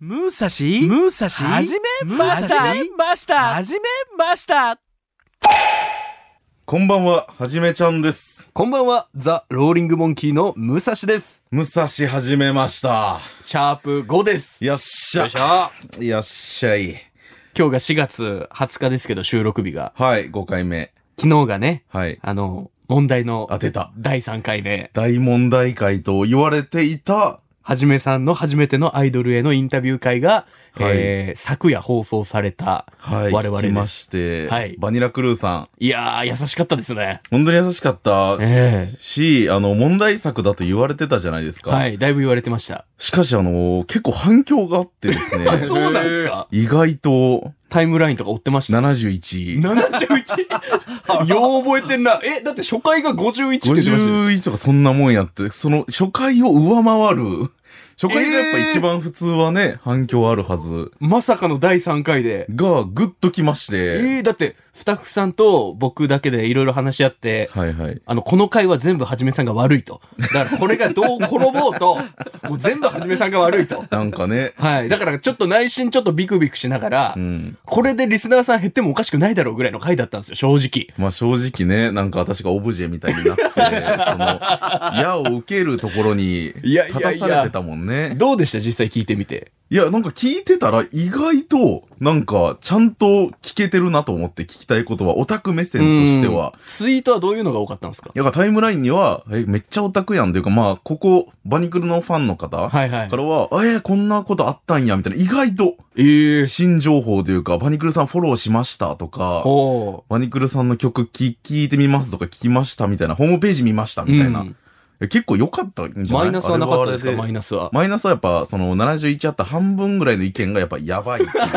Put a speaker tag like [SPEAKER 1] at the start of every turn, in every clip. [SPEAKER 1] ムーサシムーサシ始めました始めました
[SPEAKER 2] こんばんは、はじめちゃんです。
[SPEAKER 3] こんばんは、ザ・ローリング・モンキーの武蔵です。
[SPEAKER 2] 武蔵はじめました。
[SPEAKER 3] シャープ5です。
[SPEAKER 2] よっしゃ。
[SPEAKER 3] ゃ。
[SPEAKER 2] いらっしゃい。
[SPEAKER 3] 今日が4月20日ですけど、収録日が。
[SPEAKER 2] はい、5回目。
[SPEAKER 3] 昨日がね、
[SPEAKER 2] はい。
[SPEAKER 3] あの、問題の
[SPEAKER 2] 当てた。
[SPEAKER 3] 第3回目、
[SPEAKER 2] 大問題会と言われていた。
[SPEAKER 3] はじめさんの初めてのアイドルへのインタビュー会が、
[SPEAKER 2] はい
[SPEAKER 3] えー昨夜放送された。
[SPEAKER 2] はい。
[SPEAKER 3] 我々です
[SPEAKER 2] 聞きまして、
[SPEAKER 3] はい
[SPEAKER 2] バニラクルーさん。
[SPEAKER 3] いやー、優しかったですね。
[SPEAKER 2] 本当に優しかった
[SPEAKER 3] ええ
[SPEAKER 2] し、あの、問題作だと言われてたじゃないですか。
[SPEAKER 3] はい、だいぶ言われてました。
[SPEAKER 2] しかし、あの、結構反響があってですね。
[SPEAKER 3] あ、 そうなんですか
[SPEAKER 2] 意外と
[SPEAKER 3] タイムラインとか追ってました
[SPEAKER 2] 71。
[SPEAKER 3] 71? よう覚えてんな。え、だって初回が51って言ってましたよ。
[SPEAKER 2] 51とかそんなもんやって、その初回を上回る。初回がやっぱ一番普通はね、反響あるはず。
[SPEAKER 3] まさかの第3回で。
[SPEAKER 2] が、ぐっときまし
[SPEAKER 3] え
[SPEAKER 2] て。
[SPEAKER 3] ー、だって、スタッフさんと僕だけでいろいろ話し合って、
[SPEAKER 2] はいはい。
[SPEAKER 3] あの、この回は全部はじめさんが悪いと。だからこれが どう転ぼうと、もう全部はじめさんが悪いと。
[SPEAKER 2] なんかね。
[SPEAKER 3] はい。だからちょっと内心ちょっとビクビクしながら、
[SPEAKER 2] うん。
[SPEAKER 3] これでリスナーさん減ってもおかしくないだろうぐらいの回だったんですよ、正直。
[SPEAKER 2] まあ正直ね、なんか私がオブジェみたいになって、その、矢を受けるところに
[SPEAKER 3] いやいや
[SPEAKER 2] 立た
[SPEAKER 3] いや
[SPEAKER 2] されてたもんね。
[SPEAKER 3] どうでした実際聞いてみて。
[SPEAKER 2] いや、なんか聞いてたら意外と、なんかちゃんと聞けてるなと思って聞きたいことは、オタク目線としては、
[SPEAKER 3] うん。ツイートはどういうのが多かったんですか
[SPEAKER 2] いや、タイムラインには、え、めっちゃオタクやんというか、まあ、ここ、バニクルのファンの方か
[SPEAKER 3] はいはい。
[SPEAKER 2] らは、えーこんなことあったんや、みたいな、意外と、
[SPEAKER 3] えー。
[SPEAKER 2] 新情報というか、バニクルさんフォローしましたとか、
[SPEAKER 3] ほ
[SPEAKER 2] バニクルさんの曲聞聞いてみますとか聞きましたみたいな、ホームページ見ました
[SPEAKER 3] う。
[SPEAKER 2] みたいな。
[SPEAKER 3] うん
[SPEAKER 2] え結構良かったんじゃない
[SPEAKER 3] マイナスはなかったです
[SPEAKER 2] あ
[SPEAKER 3] か
[SPEAKER 2] れは
[SPEAKER 3] マ
[SPEAKER 2] あれ
[SPEAKER 3] イナスは。
[SPEAKER 2] マイナスはやっぱ、その71あった半分ぐらいの意見がやっぱ やばいっていう意見。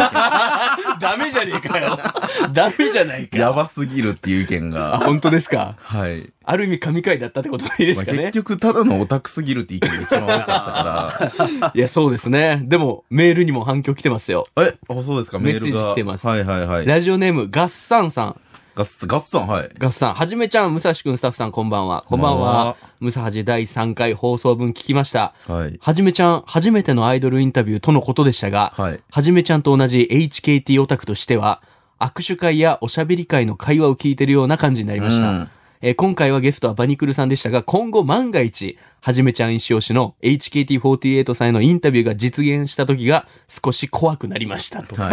[SPEAKER 3] ダメじゃねえかよ。 ダメじゃないか。
[SPEAKER 2] やばすぎるっていう意見
[SPEAKER 3] あ、
[SPEAKER 2] が。
[SPEAKER 3] 本当ですか。
[SPEAKER 2] はい。
[SPEAKER 3] ある意味神回だったってことでいいで
[SPEAKER 2] ますあ
[SPEAKER 3] か
[SPEAKER 2] 結
[SPEAKER 3] ね。
[SPEAKER 2] 局、ただのオタクすぎるって意見が一番多かったから。
[SPEAKER 3] いや、そうですね。でも、メールにも反響来てますよ。
[SPEAKER 2] え、あ、そうですか、メールが。
[SPEAKER 3] メッセージ来てます
[SPEAKER 2] はいはいはい。
[SPEAKER 3] ラジオネーム、ガッサンさん。
[SPEAKER 2] ガッツ、ガッツさん、はい。
[SPEAKER 3] ガッサン、はじめちゃん、武蔵くん、スタッフさん、こんばんは。こんばんは。ムサハジ第3回放送分聞きました。
[SPEAKER 2] はい。
[SPEAKER 3] はじめちゃん、初めてのアイドルインタビューとのことでしたが、
[SPEAKER 2] はい。
[SPEAKER 3] はじめちゃんと同じ HKT オタクとしては、握手会やおしゃべり会の会話を聞いてるような感じになりました。
[SPEAKER 2] うん
[SPEAKER 3] えー今回はゲストはバニクルさんでしたが、今後万が一、はじめちゃん一押しの HKT48 さんへのインタビューが実現した時が少し怖くなりましたと。確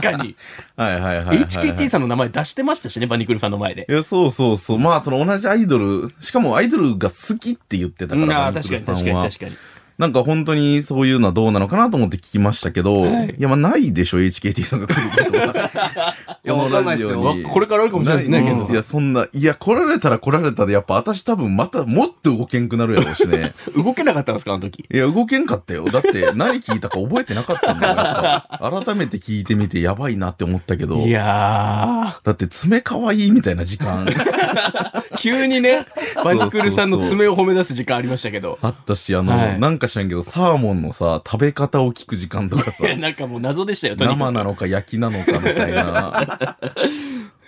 [SPEAKER 3] かに、
[SPEAKER 2] はいはいはいはい。
[SPEAKER 3] HKT さんの名前出してましたしね、バニクルさんの前で。
[SPEAKER 2] いや、そうそうそう。まあ、その同じアイドル、しかもアイドルが好きって言ってたか
[SPEAKER 3] うんあ
[SPEAKER 2] ら、
[SPEAKER 3] ー
[SPEAKER 2] バン
[SPEAKER 3] 確
[SPEAKER 2] ク
[SPEAKER 3] か
[SPEAKER 2] ル
[SPEAKER 3] に
[SPEAKER 2] さん
[SPEAKER 3] 確かに
[SPEAKER 2] は
[SPEAKER 3] 確かに。
[SPEAKER 2] なんか本当にそういうのはどうなのかなと思って聞きましたけど、
[SPEAKER 3] はい
[SPEAKER 2] い、や、まあないでしょ、HKT さんが来ることは。 い
[SPEAKER 4] やわかんないっすよ
[SPEAKER 3] わこれからあるかもしれないですね、
[SPEAKER 2] い
[SPEAKER 3] 現
[SPEAKER 2] い
[SPEAKER 3] 在
[SPEAKER 2] や、そんな、いや、来られたら来られたで、やっぱ私多分またもっと動けんくなるやろうしね。
[SPEAKER 3] 動けなかったんですか、あの時。
[SPEAKER 2] いや、動けんかったよ。だって、 何聞いたか覚えてなかったんだよやっぱ。改めて聞いてみて、やばいなって思ったけど。
[SPEAKER 3] いや
[SPEAKER 2] だって、爪可愛いみたいな時間
[SPEAKER 3] ー、急にね、バニクルさんの爪を褒め出す時間ありましたけど。
[SPEAKER 2] あったし、あの、
[SPEAKER 3] はい
[SPEAKER 2] なんか知らんけど、サーモンのさ、食べ方を聞く時間とか さ
[SPEAKER 3] い、やなんかもう謎でしたよ、とにかく
[SPEAKER 2] 生なのか焼きなのかみたいな。
[SPEAKER 3] で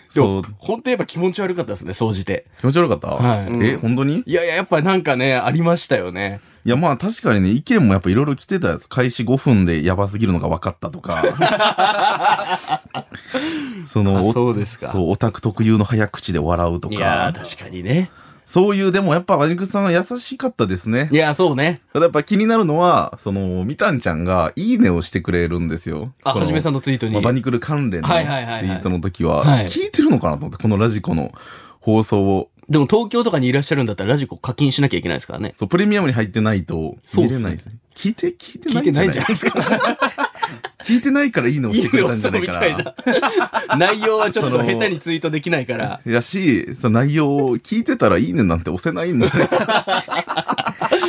[SPEAKER 2] そ
[SPEAKER 3] も
[SPEAKER 2] う、
[SPEAKER 3] 本当やっぱ気持ち悪かったですね、総じて。
[SPEAKER 2] 気持ち悪かった、
[SPEAKER 3] はい
[SPEAKER 2] え、本当に
[SPEAKER 3] いやいや、やっぱなんかね、ありましたよね。
[SPEAKER 2] いや、まあ確かにね、意見もやっぱいろいろ来てたやつ。開始5分でやばすぎるのが分かったと か。その、
[SPEAKER 3] あそうですか
[SPEAKER 2] そう、オタク特有の早口で笑うと
[SPEAKER 3] いや
[SPEAKER 2] か。
[SPEAKER 3] ー、確かにね。
[SPEAKER 2] そういう、でもやっぱワニクさんは優しかったですね
[SPEAKER 3] い。やー、そうね。
[SPEAKER 2] ただやっぱ気になるのは、その、みたんちゃんがいいねをしてくれるんですよ。
[SPEAKER 3] あ、
[SPEAKER 2] その
[SPEAKER 3] はじめさんのツイートに。
[SPEAKER 2] まあバニクル関連のツイ
[SPEAKER 3] はいはいはいはい
[SPEAKER 2] ートの時は
[SPEAKER 3] はい、
[SPEAKER 2] 聞いてるのかなと思って、このラジコの放送を。
[SPEAKER 3] でも東京とかにいらっしゃるんだったらラジコ課金しなきゃいけないですからね。
[SPEAKER 2] そう、プレミアムに入ってないと見れないですね。聞いて、聞いて
[SPEAKER 3] 聞
[SPEAKER 2] ないい
[SPEAKER 3] て
[SPEAKER 2] んじ
[SPEAKER 3] な
[SPEAKER 2] ゃ
[SPEAKER 3] い
[SPEAKER 2] なんい
[SPEAKER 3] じゃないですか。
[SPEAKER 2] 聞いてないからいいのをしてくれたんじゃないか
[SPEAKER 3] いいねをそうみ
[SPEAKER 2] な。
[SPEAKER 3] 内 容はちょっと
[SPEAKER 2] その
[SPEAKER 3] 下手にツイートできないから。
[SPEAKER 2] やし、その内容を聞いてたらいいねなんて押せないんじゃな いかな。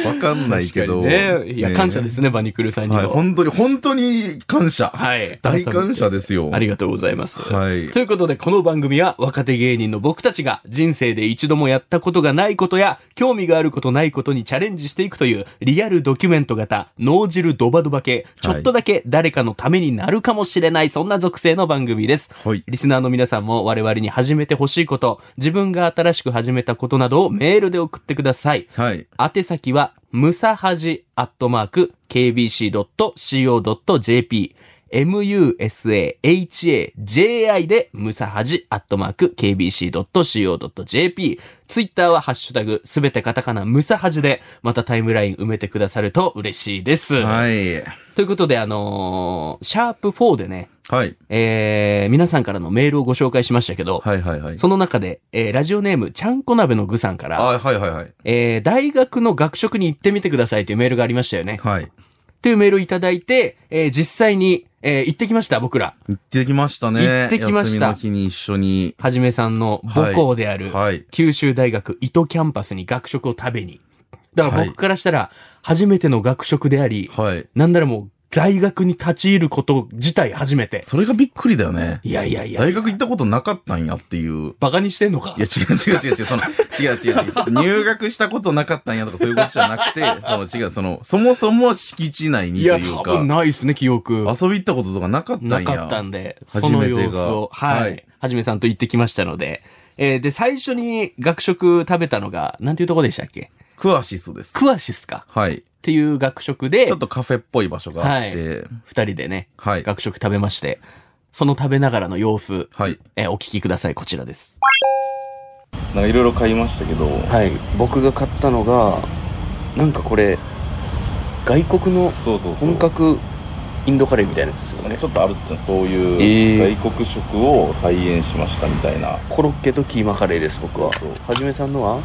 [SPEAKER 2] わかんないけど。
[SPEAKER 3] ね。いや、
[SPEAKER 2] ね
[SPEAKER 3] 感謝ですね、バニクルさんに
[SPEAKER 2] はい、
[SPEAKER 3] も。
[SPEAKER 2] 本当に、本当に感謝。
[SPEAKER 3] はい。
[SPEAKER 2] 大感謝ですよ。
[SPEAKER 3] ありがとうございます。
[SPEAKER 2] はい
[SPEAKER 3] ということで、この番組は若手芸人の僕たちが人生で一度もやったことがないことや、興味があることないことにチャレンジしていくという、リアルドキュメント型、脳汁ドバドバ系、ちょっとだけ誰かのためになるかもしれない、そんな属性の番組です。
[SPEAKER 2] はい。
[SPEAKER 3] リスナーの皆さんも我々に始めてほしいこと、自分が新しく始めたことなどをメールで送ってください。
[SPEAKER 2] はい。
[SPEAKER 3] 宛先はは、ムサハジアットマーク kbc.co.jp musahaji でムサハジアットマーク kbc.co.jp ツイッターはハッシュタグすべてカタカナムサハジでまたタイムライン埋めてくださると嬉しいです。
[SPEAKER 2] はい。
[SPEAKER 3] ということであのーシャープ4でね、
[SPEAKER 2] はい。
[SPEAKER 3] えー、皆さんからのメールをご紹介しましたけど、
[SPEAKER 2] はいはいはい。
[SPEAKER 3] その中で、えーラジオネームちゃんこ鍋の具さんから、
[SPEAKER 2] あ、はいはいはい。
[SPEAKER 3] えー大学の学食に行ってみてくださいというメールがありましたよね。
[SPEAKER 2] はい。
[SPEAKER 3] というメールをいただいて、えー実際に、えー行ってきました、僕ら。
[SPEAKER 2] 行ってきましたね。
[SPEAKER 3] 行ってきました
[SPEAKER 2] 休みの日に一緒に。
[SPEAKER 3] はじめさんの母校である、
[SPEAKER 2] はい。
[SPEAKER 3] 九州大学伊都キャンパスに学食を食べに。だから
[SPEAKER 2] はい
[SPEAKER 3] 僕からしたら、初めての学食であり、
[SPEAKER 2] はい。
[SPEAKER 3] なんならもう大学に立ち入ること自体初めて。
[SPEAKER 2] それがびっくりだよね。
[SPEAKER 3] いやいやいや、
[SPEAKER 2] 大学行ったことなかったんやっていう。
[SPEAKER 3] バカにしてんのか
[SPEAKER 2] いや、違う違う違う違う、その、違う違う違う。入学したことなかったんやとかそういうことじゃなくて、その違う、その、そもそも敷地内に
[SPEAKER 3] い
[SPEAKER 2] とい
[SPEAKER 3] や、
[SPEAKER 2] う
[SPEAKER 3] 多
[SPEAKER 2] か
[SPEAKER 3] 分、ないですね、記憶。
[SPEAKER 2] 遊び行ったこととかなかったんや。
[SPEAKER 3] なかったんで、
[SPEAKER 2] 初
[SPEAKER 3] その
[SPEAKER 2] めてが
[SPEAKER 3] 様子を、は
[SPEAKER 2] はいい、
[SPEAKER 3] はじめさんと行ってきましたので、えーで、最初に学食食べたのが、なんていうとこでしたっけ
[SPEAKER 2] クアシスです。
[SPEAKER 3] クアシスか
[SPEAKER 2] はい。
[SPEAKER 3] っていう学食で、
[SPEAKER 2] ちょっとカフェっぽい場所があって、
[SPEAKER 3] 二人でね、
[SPEAKER 2] はい。
[SPEAKER 3] 学食食べまして、その食べながらの様子、
[SPEAKER 2] はい。
[SPEAKER 3] えーお聞きください、こちらです。
[SPEAKER 2] なんかいろいろ買いましたけど、
[SPEAKER 4] はい僕が買ったのがなんかこれ外国の
[SPEAKER 2] そうそう
[SPEAKER 4] 本格インドカレーみたいなやつですよね
[SPEAKER 2] ちょっとあるっちゃそう
[SPEAKER 4] え
[SPEAKER 2] いう外国食を再現しましたみたいな。
[SPEAKER 4] コロッケとキーマカレーです僕は
[SPEAKER 2] そう
[SPEAKER 4] はじめさんのは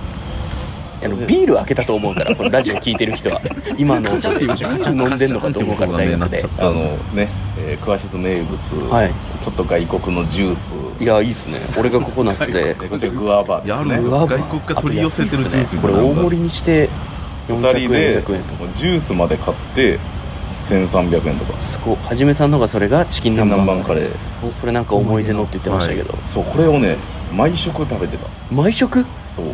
[SPEAKER 4] あの
[SPEAKER 2] はじめ
[SPEAKER 4] ビール開けたと思うからこのラジオ聞いてる人 は今の
[SPEAKER 3] カチャって言いましたよカチャ
[SPEAKER 4] 飲んでんのかと思うから大学
[SPEAKER 2] なっ
[SPEAKER 4] で
[SPEAKER 2] ちゃったあのね、えー、クアシス名物、
[SPEAKER 4] はい
[SPEAKER 2] ちょっと外国のジュース。
[SPEAKER 4] いやいいっすね俺がココナッツで
[SPEAKER 2] えーこちらグアバですね。
[SPEAKER 4] うわ
[SPEAKER 2] 外国から取り寄せてるジュースみ
[SPEAKER 4] こ
[SPEAKER 2] たい
[SPEAKER 4] れ
[SPEAKER 2] なの
[SPEAKER 4] 大
[SPEAKER 2] が
[SPEAKER 4] 盛りにして400
[SPEAKER 2] 二人で
[SPEAKER 4] 円500円とか
[SPEAKER 2] ジュースまで買って1300円とか。
[SPEAKER 4] すごいはじめさんのがそれがチキン南
[SPEAKER 2] 南
[SPEAKER 4] 蛮
[SPEAKER 2] 蛮
[SPEAKER 4] カ
[SPEAKER 2] カ
[SPEAKER 4] レ
[SPEAKER 2] レ
[SPEAKER 4] ー
[SPEAKER 2] ー。
[SPEAKER 4] それなんか思い出のって言ってましたけど、
[SPEAKER 2] そう、これをね、毎食食べてた。
[SPEAKER 4] 毎食
[SPEAKER 2] そう。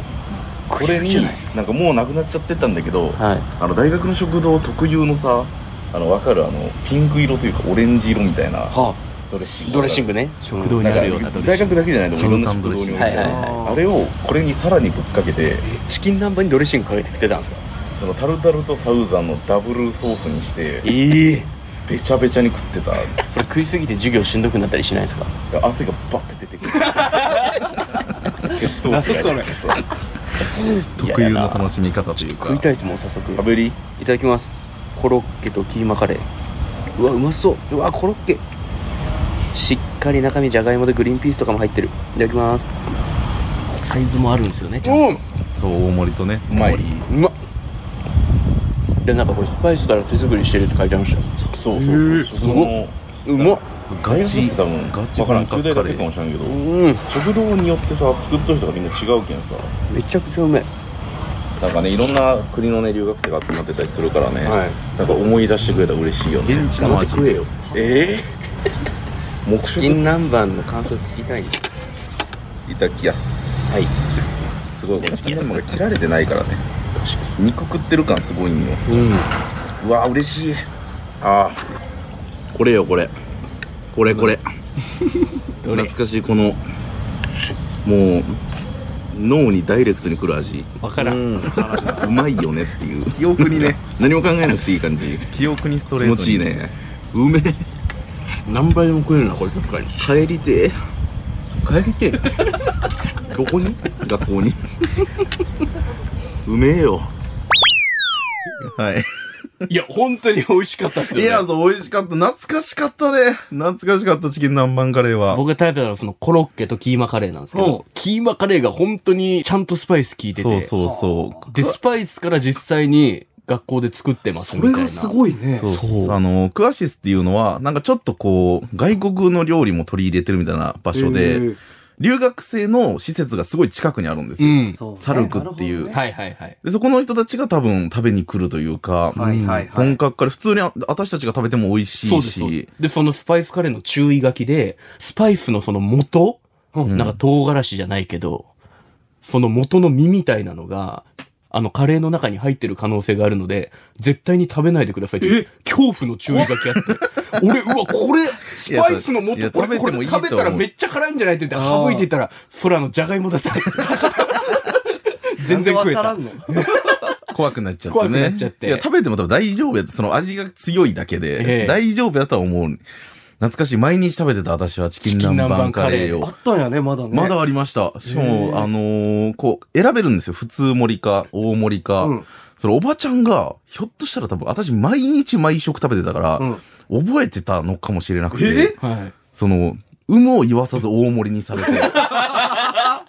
[SPEAKER 4] 食
[SPEAKER 2] こ
[SPEAKER 4] い
[SPEAKER 2] れ
[SPEAKER 4] すぎ
[SPEAKER 2] に
[SPEAKER 4] じゃないです、
[SPEAKER 2] なんかもうなくなっちゃってたんだけど、
[SPEAKER 4] かはい
[SPEAKER 2] あの大学の食堂特有のさあの分かるあのピンク色というかオレンジ色みたいな
[SPEAKER 4] は
[SPEAKER 2] ドレッシング
[SPEAKER 4] ドレッシングね
[SPEAKER 3] 食堂にあるようなドレッ
[SPEAKER 2] 大
[SPEAKER 3] シング
[SPEAKER 2] 学だけじゃないといろんな食堂に置いてある
[SPEAKER 4] サンドイッチはいはい
[SPEAKER 2] あれをこれにさらにぶっかけて
[SPEAKER 4] チキン南蛮にドレッシングかけて食ってたんですか
[SPEAKER 2] そのタルタルとサウザンのダブルソースにして
[SPEAKER 4] ええ
[SPEAKER 2] べちゃべちゃに食ってた
[SPEAKER 4] それ食いすぎて授業しんどくなったりしないですか
[SPEAKER 2] 汗がバッて出てく る血糖値がそれ
[SPEAKER 4] 特有の楽
[SPEAKER 2] しみ方という
[SPEAKER 4] 食いたいですもう早速
[SPEAKER 2] 食べり
[SPEAKER 4] いただきますコロッケとキーマカレーうわうまそううわコロッケしっかり中身じゃがいもでグリーンピースとかも入ってるいただきます
[SPEAKER 3] サイズもあるんですよね、ちゃんと
[SPEAKER 4] うん
[SPEAKER 2] そう大盛りとねうまい
[SPEAKER 4] うんうまっでなんかこれスパイスから手作りしてるって書いてありました
[SPEAKER 2] そうそう
[SPEAKER 4] ー
[SPEAKER 2] そうその
[SPEAKER 4] うまっ
[SPEAKER 2] ガチ多分
[SPEAKER 1] ガチ
[SPEAKER 2] わからん
[SPEAKER 1] 本格
[SPEAKER 2] 九大
[SPEAKER 1] カ
[SPEAKER 2] だ
[SPEAKER 1] レー
[SPEAKER 2] けかもしれんけど
[SPEAKER 4] うん
[SPEAKER 2] 食堂によってさ作っとる人がみんな違うけんさ
[SPEAKER 4] めちゃくちゃうめえ
[SPEAKER 2] なんかねいろんな国のね留学生が集まってたりするからね、
[SPEAKER 4] はい
[SPEAKER 2] なんか思い出してくれたら嬉しいよね
[SPEAKER 1] 現地の味です
[SPEAKER 2] 黙って食えよええ黙
[SPEAKER 4] チキン
[SPEAKER 2] 食
[SPEAKER 4] 南蛮の感想聞きたいです
[SPEAKER 2] いただきやすはいすごいこのチキン南蛮が切られてないからね肉食ってる感すごいんよ
[SPEAKER 3] うん。
[SPEAKER 2] うわ嬉しいあーこれよこれこれこれ懐かしいこのもう脳にダイレクトに来る味
[SPEAKER 3] わからん。
[SPEAKER 2] うまいよねっていう記憶に ね何も考えなくていい感じ
[SPEAKER 1] 記憶にスト
[SPEAKER 2] 気
[SPEAKER 1] レート
[SPEAKER 2] 持
[SPEAKER 1] に
[SPEAKER 2] ちいいねうめえ
[SPEAKER 4] 何倍でも食えるなこれ確かに
[SPEAKER 2] 帰りてえ帰りて えどこに学校にうめえよはい
[SPEAKER 3] いや、本当に美味しかったですよ、
[SPEAKER 2] い
[SPEAKER 3] ね。
[SPEAKER 2] やそう美味しかった懐かしかったね懐かしかったチキン南蛮カレーは
[SPEAKER 3] 僕が食べたのはそのコロッケとキーマカレーなんですけど、キーマカレーが本当にちゃんとスパイス効いてて、
[SPEAKER 2] そうそうそう
[SPEAKER 3] で、スパイスから実際に学校で作ってますみたいな。い。
[SPEAKER 1] いね
[SPEAKER 2] そうあのクアシスっていうのはなんかちょっとこう外国の料理も取り入れてるみたいな場所で、留学生の施設がすごい近くにあるんです
[SPEAKER 3] う
[SPEAKER 2] よ、
[SPEAKER 3] ん。
[SPEAKER 5] そうね
[SPEAKER 2] サルクっていう
[SPEAKER 5] なるほどね
[SPEAKER 3] はいはいはい。
[SPEAKER 2] でそこの人たちが多分食べに来るというか、
[SPEAKER 5] はいはいはい
[SPEAKER 2] 本格から普通にあ私たちが食べても美味し
[SPEAKER 3] そう
[SPEAKER 2] い
[SPEAKER 3] ですそうで
[SPEAKER 2] し
[SPEAKER 3] す。で、そのスパイスカレーの注意書きで、スパイスのその元、
[SPEAKER 5] うん
[SPEAKER 3] なんか唐辛子じゃないけど、その元の実みたいなのが、あの、カレーの中に入ってる可能性があるので、絶対に食べないでくださいって、恐怖の注意書きあ って。俺、うわ、これ、スパイスの
[SPEAKER 2] い
[SPEAKER 3] 元、
[SPEAKER 2] や
[SPEAKER 3] これ、
[SPEAKER 2] 食
[SPEAKER 3] こ
[SPEAKER 2] べても
[SPEAKER 3] れ
[SPEAKER 2] いいと
[SPEAKER 3] 食
[SPEAKER 2] 思う
[SPEAKER 3] べたらめっちゃ辛いんじゃないって言って、省いてた ら、空のじゃがいもだったんです全然食え
[SPEAKER 5] なんでわか
[SPEAKER 3] た
[SPEAKER 5] ら。んの
[SPEAKER 2] 怖くなっちゃって
[SPEAKER 3] 怖
[SPEAKER 2] ね。
[SPEAKER 3] くなっちゃって
[SPEAKER 2] いや、食べても多分大丈夫やった。その味が強いだけ
[SPEAKER 3] え
[SPEAKER 2] で、
[SPEAKER 3] え
[SPEAKER 2] 大丈夫やとは思う。懐かしい。毎日食べてた私はチキン南蛮カレーを。
[SPEAKER 5] あったんやね、まだね。
[SPEAKER 2] まだありました。しか
[SPEAKER 5] へ
[SPEAKER 2] も、
[SPEAKER 5] え
[SPEAKER 2] あのーこう、選べるんですよ。普通盛りか、大盛りか。
[SPEAKER 5] うん。
[SPEAKER 2] そのおばちゃんが、ひょっとしたら多分、私毎日毎食食べてたから、
[SPEAKER 5] うん。
[SPEAKER 2] 覚えてたのかもしれなく
[SPEAKER 5] え
[SPEAKER 2] て、
[SPEAKER 3] はい。
[SPEAKER 2] その、有無を言わさず大盛りにさ れて、
[SPEAKER 3] あ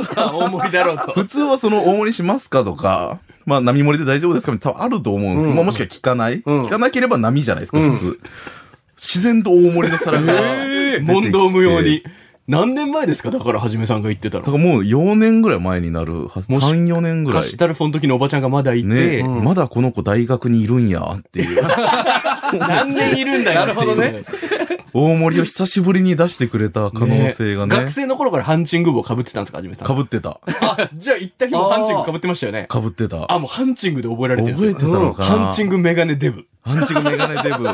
[SPEAKER 3] んた大盛りだろうと。
[SPEAKER 2] 普通はその大盛りしますかとか、まあ波盛りで大丈夫ですかみたいな多分あると思うんですけど、
[SPEAKER 5] うん
[SPEAKER 2] まあもしくは聞かない、
[SPEAKER 5] うん
[SPEAKER 2] 聞かなければ波じゃないですか、
[SPEAKER 5] うん
[SPEAKER 2] 普通。自然と大盛りの皿 が。
[SPEAKER 3] 問答無用に。何年前ですかだからはじめさんが言ってた
[SPEAKER 2] だか
[SPEAKER 3] の。
[SPEAKER 2] らもう4年ぐらい前になるはず。
[SPEAKER 3] もし
[SPEAKER 2] 3、4年ぐら
[SPEAKER 3] カ
[SPEAKER 2] い。
[SPEAKER 3] シタルフォンの時のおばちゃんがまだい
[SPEAKER 2] ね、
[SPEAKER 3] て、
[SPEAKER 5] ん
[SPEAKER 2] まだこの子大学にいるんやっていう。
[SPEAKER 3] 何年いるんだよ。なるほどね。
[SPEAKER 2] 大盛りを久しぶりに出してくれた可能性がね
[SPEAKER 3] 学。生の頃からハンチング部を被ってたんですかはじめさん。
[SPEAKER 2] かぶってた。
[SPEAKER 3] あ、じゃあ行った日もハンチング被ってましたよね。
[SPEAKER 2] かぶってた。
[SPEAKER 3] あ、もうハンチングで覚えられてるん
[SPEAKER 2] 覚
[SPEAKER 3] で
[SPEAKER 2] え
[SPEAKER 3] す
[SPEAKER 2] て
[SPEAKER 3] よ。
[SPEAKER 2] たのかな、
[SPEAKER 3] ハンチングメガネデブ。
[SPEAKER 2] ハンチングメガネデブ。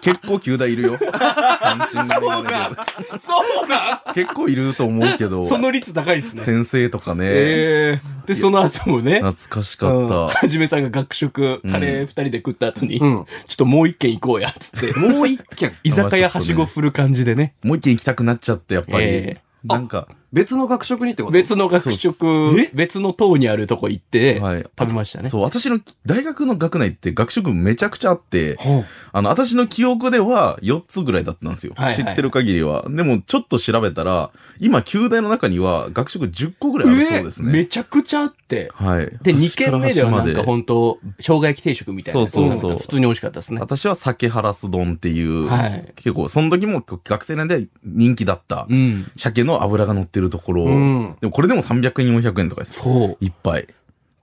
[SPEAKER 2] 結構球大いるよ。ハンチングメガネデ
[SPEAKER 3] そうなん
[SPEAKER 2] ブ。結構いると思うけど。
[SPEAKER 3] その率高いですね。
[SPEAKER 2] 先生とかね、
[SPEAKER 3] ええ。で、その後もね、
[SPEAKER 2] 懐かしかった。
[SPEAKER 3] うんはじめさんが学食、カレー二人で食った後に、
[SPEAKER 5] う
[SPEAKER 3] ちょ
[SPEAKER 5] ん。
[SPEAKER 3] っともう一軒行こうや、つって。
[SPEAKER 5] もう一軒。
[SPEAKER 3] 居酒屋はしご振る感じでね。
[SPEAKER 2] もう一軒行きたくなっちゃって、やっぱり。
[SPEAKER 3] え
[SPEAKER 2] なんか、
[SPEAKER 5] 別の学食にってこと
[SPEAKER 3] 別の学食、別の塔にあるとこ行って、
[SPEAKER 2] はい
[SPEAKER 3] 食べましたね。
[SPEAKER 2] そう、私の大学の学内って学食めちゃくちゃあって、
[SPEAKER 5] ほう
[SPEAKER 2] あの、私の記憶では4つぐらいだったんですよ。
[SPEAKER 3] はいはい
[SPEAKER 2] 知ってる限りは。でも、ちょっと調べたら、今、旧大の中には学食10個ぐらいあるそうですね。
[SPEAKER 3] めちゃくちゃあって。
[SPEAKER 2] はい。
[SPEAKER 3] で、
[SPEAKER 2] 端
[SPEAKER 3] 2軒目ではなんか
[SPEAKER 2] から端ま
[SPEAKER 3] 本当生姜焼き定食みたいなやつ。
[SPEAKER 2] そうそうそう
[SPEAKER 3] なんか普通に美味しかったですね。
[SPEAKER 2] 私は酒ハラス丼っていう、
[SPEAKER 3] はい
[SPEAKER 2] 結構、その時も学生なんで人気だった
[SPEAKER 3] う、ん。
[SPEAKER 2] 鮭の油が乗ってるところ、
[SPEAKER 5] うん。
[SPEAKER 2] でもこれでも300円、400円とかです。
[SPEAKER 3] そう。
[SPEAKER 2] いっぱい。